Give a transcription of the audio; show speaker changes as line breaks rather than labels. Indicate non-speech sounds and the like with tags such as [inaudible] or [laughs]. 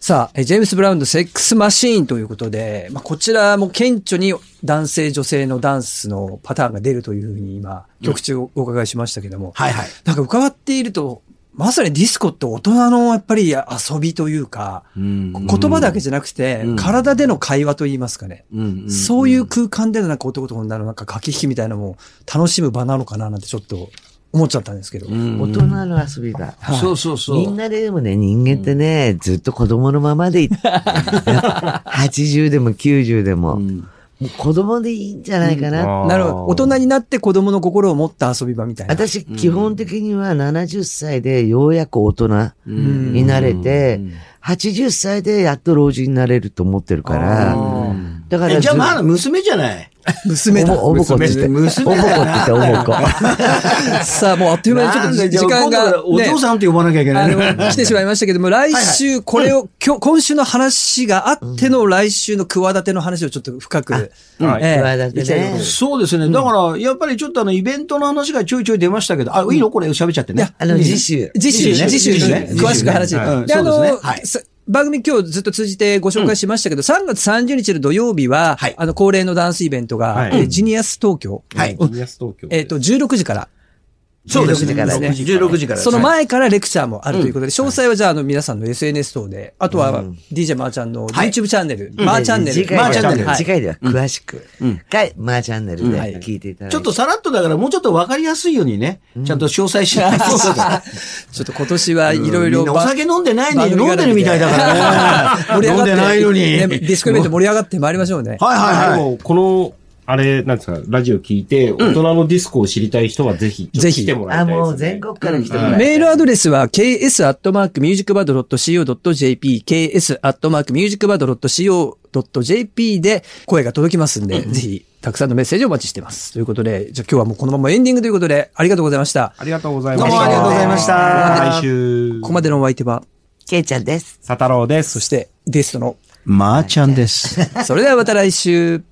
さあ、えジェームス・ブラウンのセックスマシーンということで、まあ、こちらも顕著に男性、女性のダンスのパターンが出るというふうに今、曲中お伺いしましたけども、
はいはい。
なんか伺っていると、まさにディスコって大人のやっぱり遊びというか、
言
言葉だけじゃなくて、
うん
体での会話といいますかね。そういう空間でのなんか男と女のなんか駆け引きみたいなのも楽しむ場なのかななんてちょっと思っちゃったんですけど。
大
大人の遊びだ。
はい
そうそうそう。
みんなででもね、人間ってね、ずっと子供のままでい80でも90でも、
う
も
ん
う子供でいいんじゃないかな。
なるほど。大人になって子供の心を持った遊び場みたいな。
私、基本的には70歳でようやく大人
ん
になれて、
うん
80歳でやっと老人になれると思ってるか
あ
ら、
ー
だから
えじゃあ
ず
まだ娘じゃない。
娘だ。
おぼおぼこって言って、
娘
おぼこって言って、おぼこ。
[laughs]
[laughs] さあ、もうあっという間にちょっと
なんだじ
時
ゃあ
間
今
が、
度はお
ね
嬢さんって呼ばなきゃいけな
あ
いね。 [laughs]
の、来てしまいましたけども、来週、これを、今日、今週の話があっての来週の企ての話をちょっと深く、
はい
ええ
企てね
いきたいと思います
そうですね。だから、やっぱりちょっとあの、イベントの話がちょいちょい出ましたけど、あ、いいのこれ喋っちゃってね。
あの、次週。
次週ね、
次
次
週
週
ね
ね、
次週ね
詳しく話。
はい
で、あ
そうです
の
ねはい、
さ番組今日ずっと通じてご紹介しましたけど、3月30日の土曜日は
はい、
あの、恒例のダンスイベントが
は、い
えージニアス東京、
はい。
うん東京
えっと、16時から、
そうです
16時からね
16時からです。
その前からレクチャーもあるということで、詳細はじゃあ、あの、皆さんの SNS 等で、あとは DJ まーちゃんの
はい
YouTube チャンネル、まーチャンネル
次、回
マーチャンネル
は次回では詳しく。が、マーチャンネルで
はい
聞いていただいて。
ちょっとさらっとだから、もうちょっとわかりやすいようにね、ちゃんと詳細しないと。
ちょっと今年はいろい
み
ろ
んなお酒飲んでないのに、飲
番組
ん
が
でるみたいだ
[laughs]
[laughs] からね。飲んでないのに。
ねディスコイベント盛り上がってまいりましょうね。
はいはい
で
はい。
も、この、あれ、なんですか、ラジオ聞いて、大人のディスコを知りたい人はぜひ、
ぜひ
来てもら
あ、
いたいですね。
もう全国から来てもら
メー
え
ルアドレスは ks.musicbud.co.jp ks.musicbud.co.jp で声が届きますんで、ぜひたくさんのメッセージをお待ちしてます。ということで、じゃあ今日はもうこのままエンディングということでありがとうございました。
ありがとうございまし
どうも
た。
ありがとうございました
来週、
ここまでのお相手は、
ケイちゃんです。
佐太郎です
そ。してゲストの、
まーちゃんです。
それではまた来週。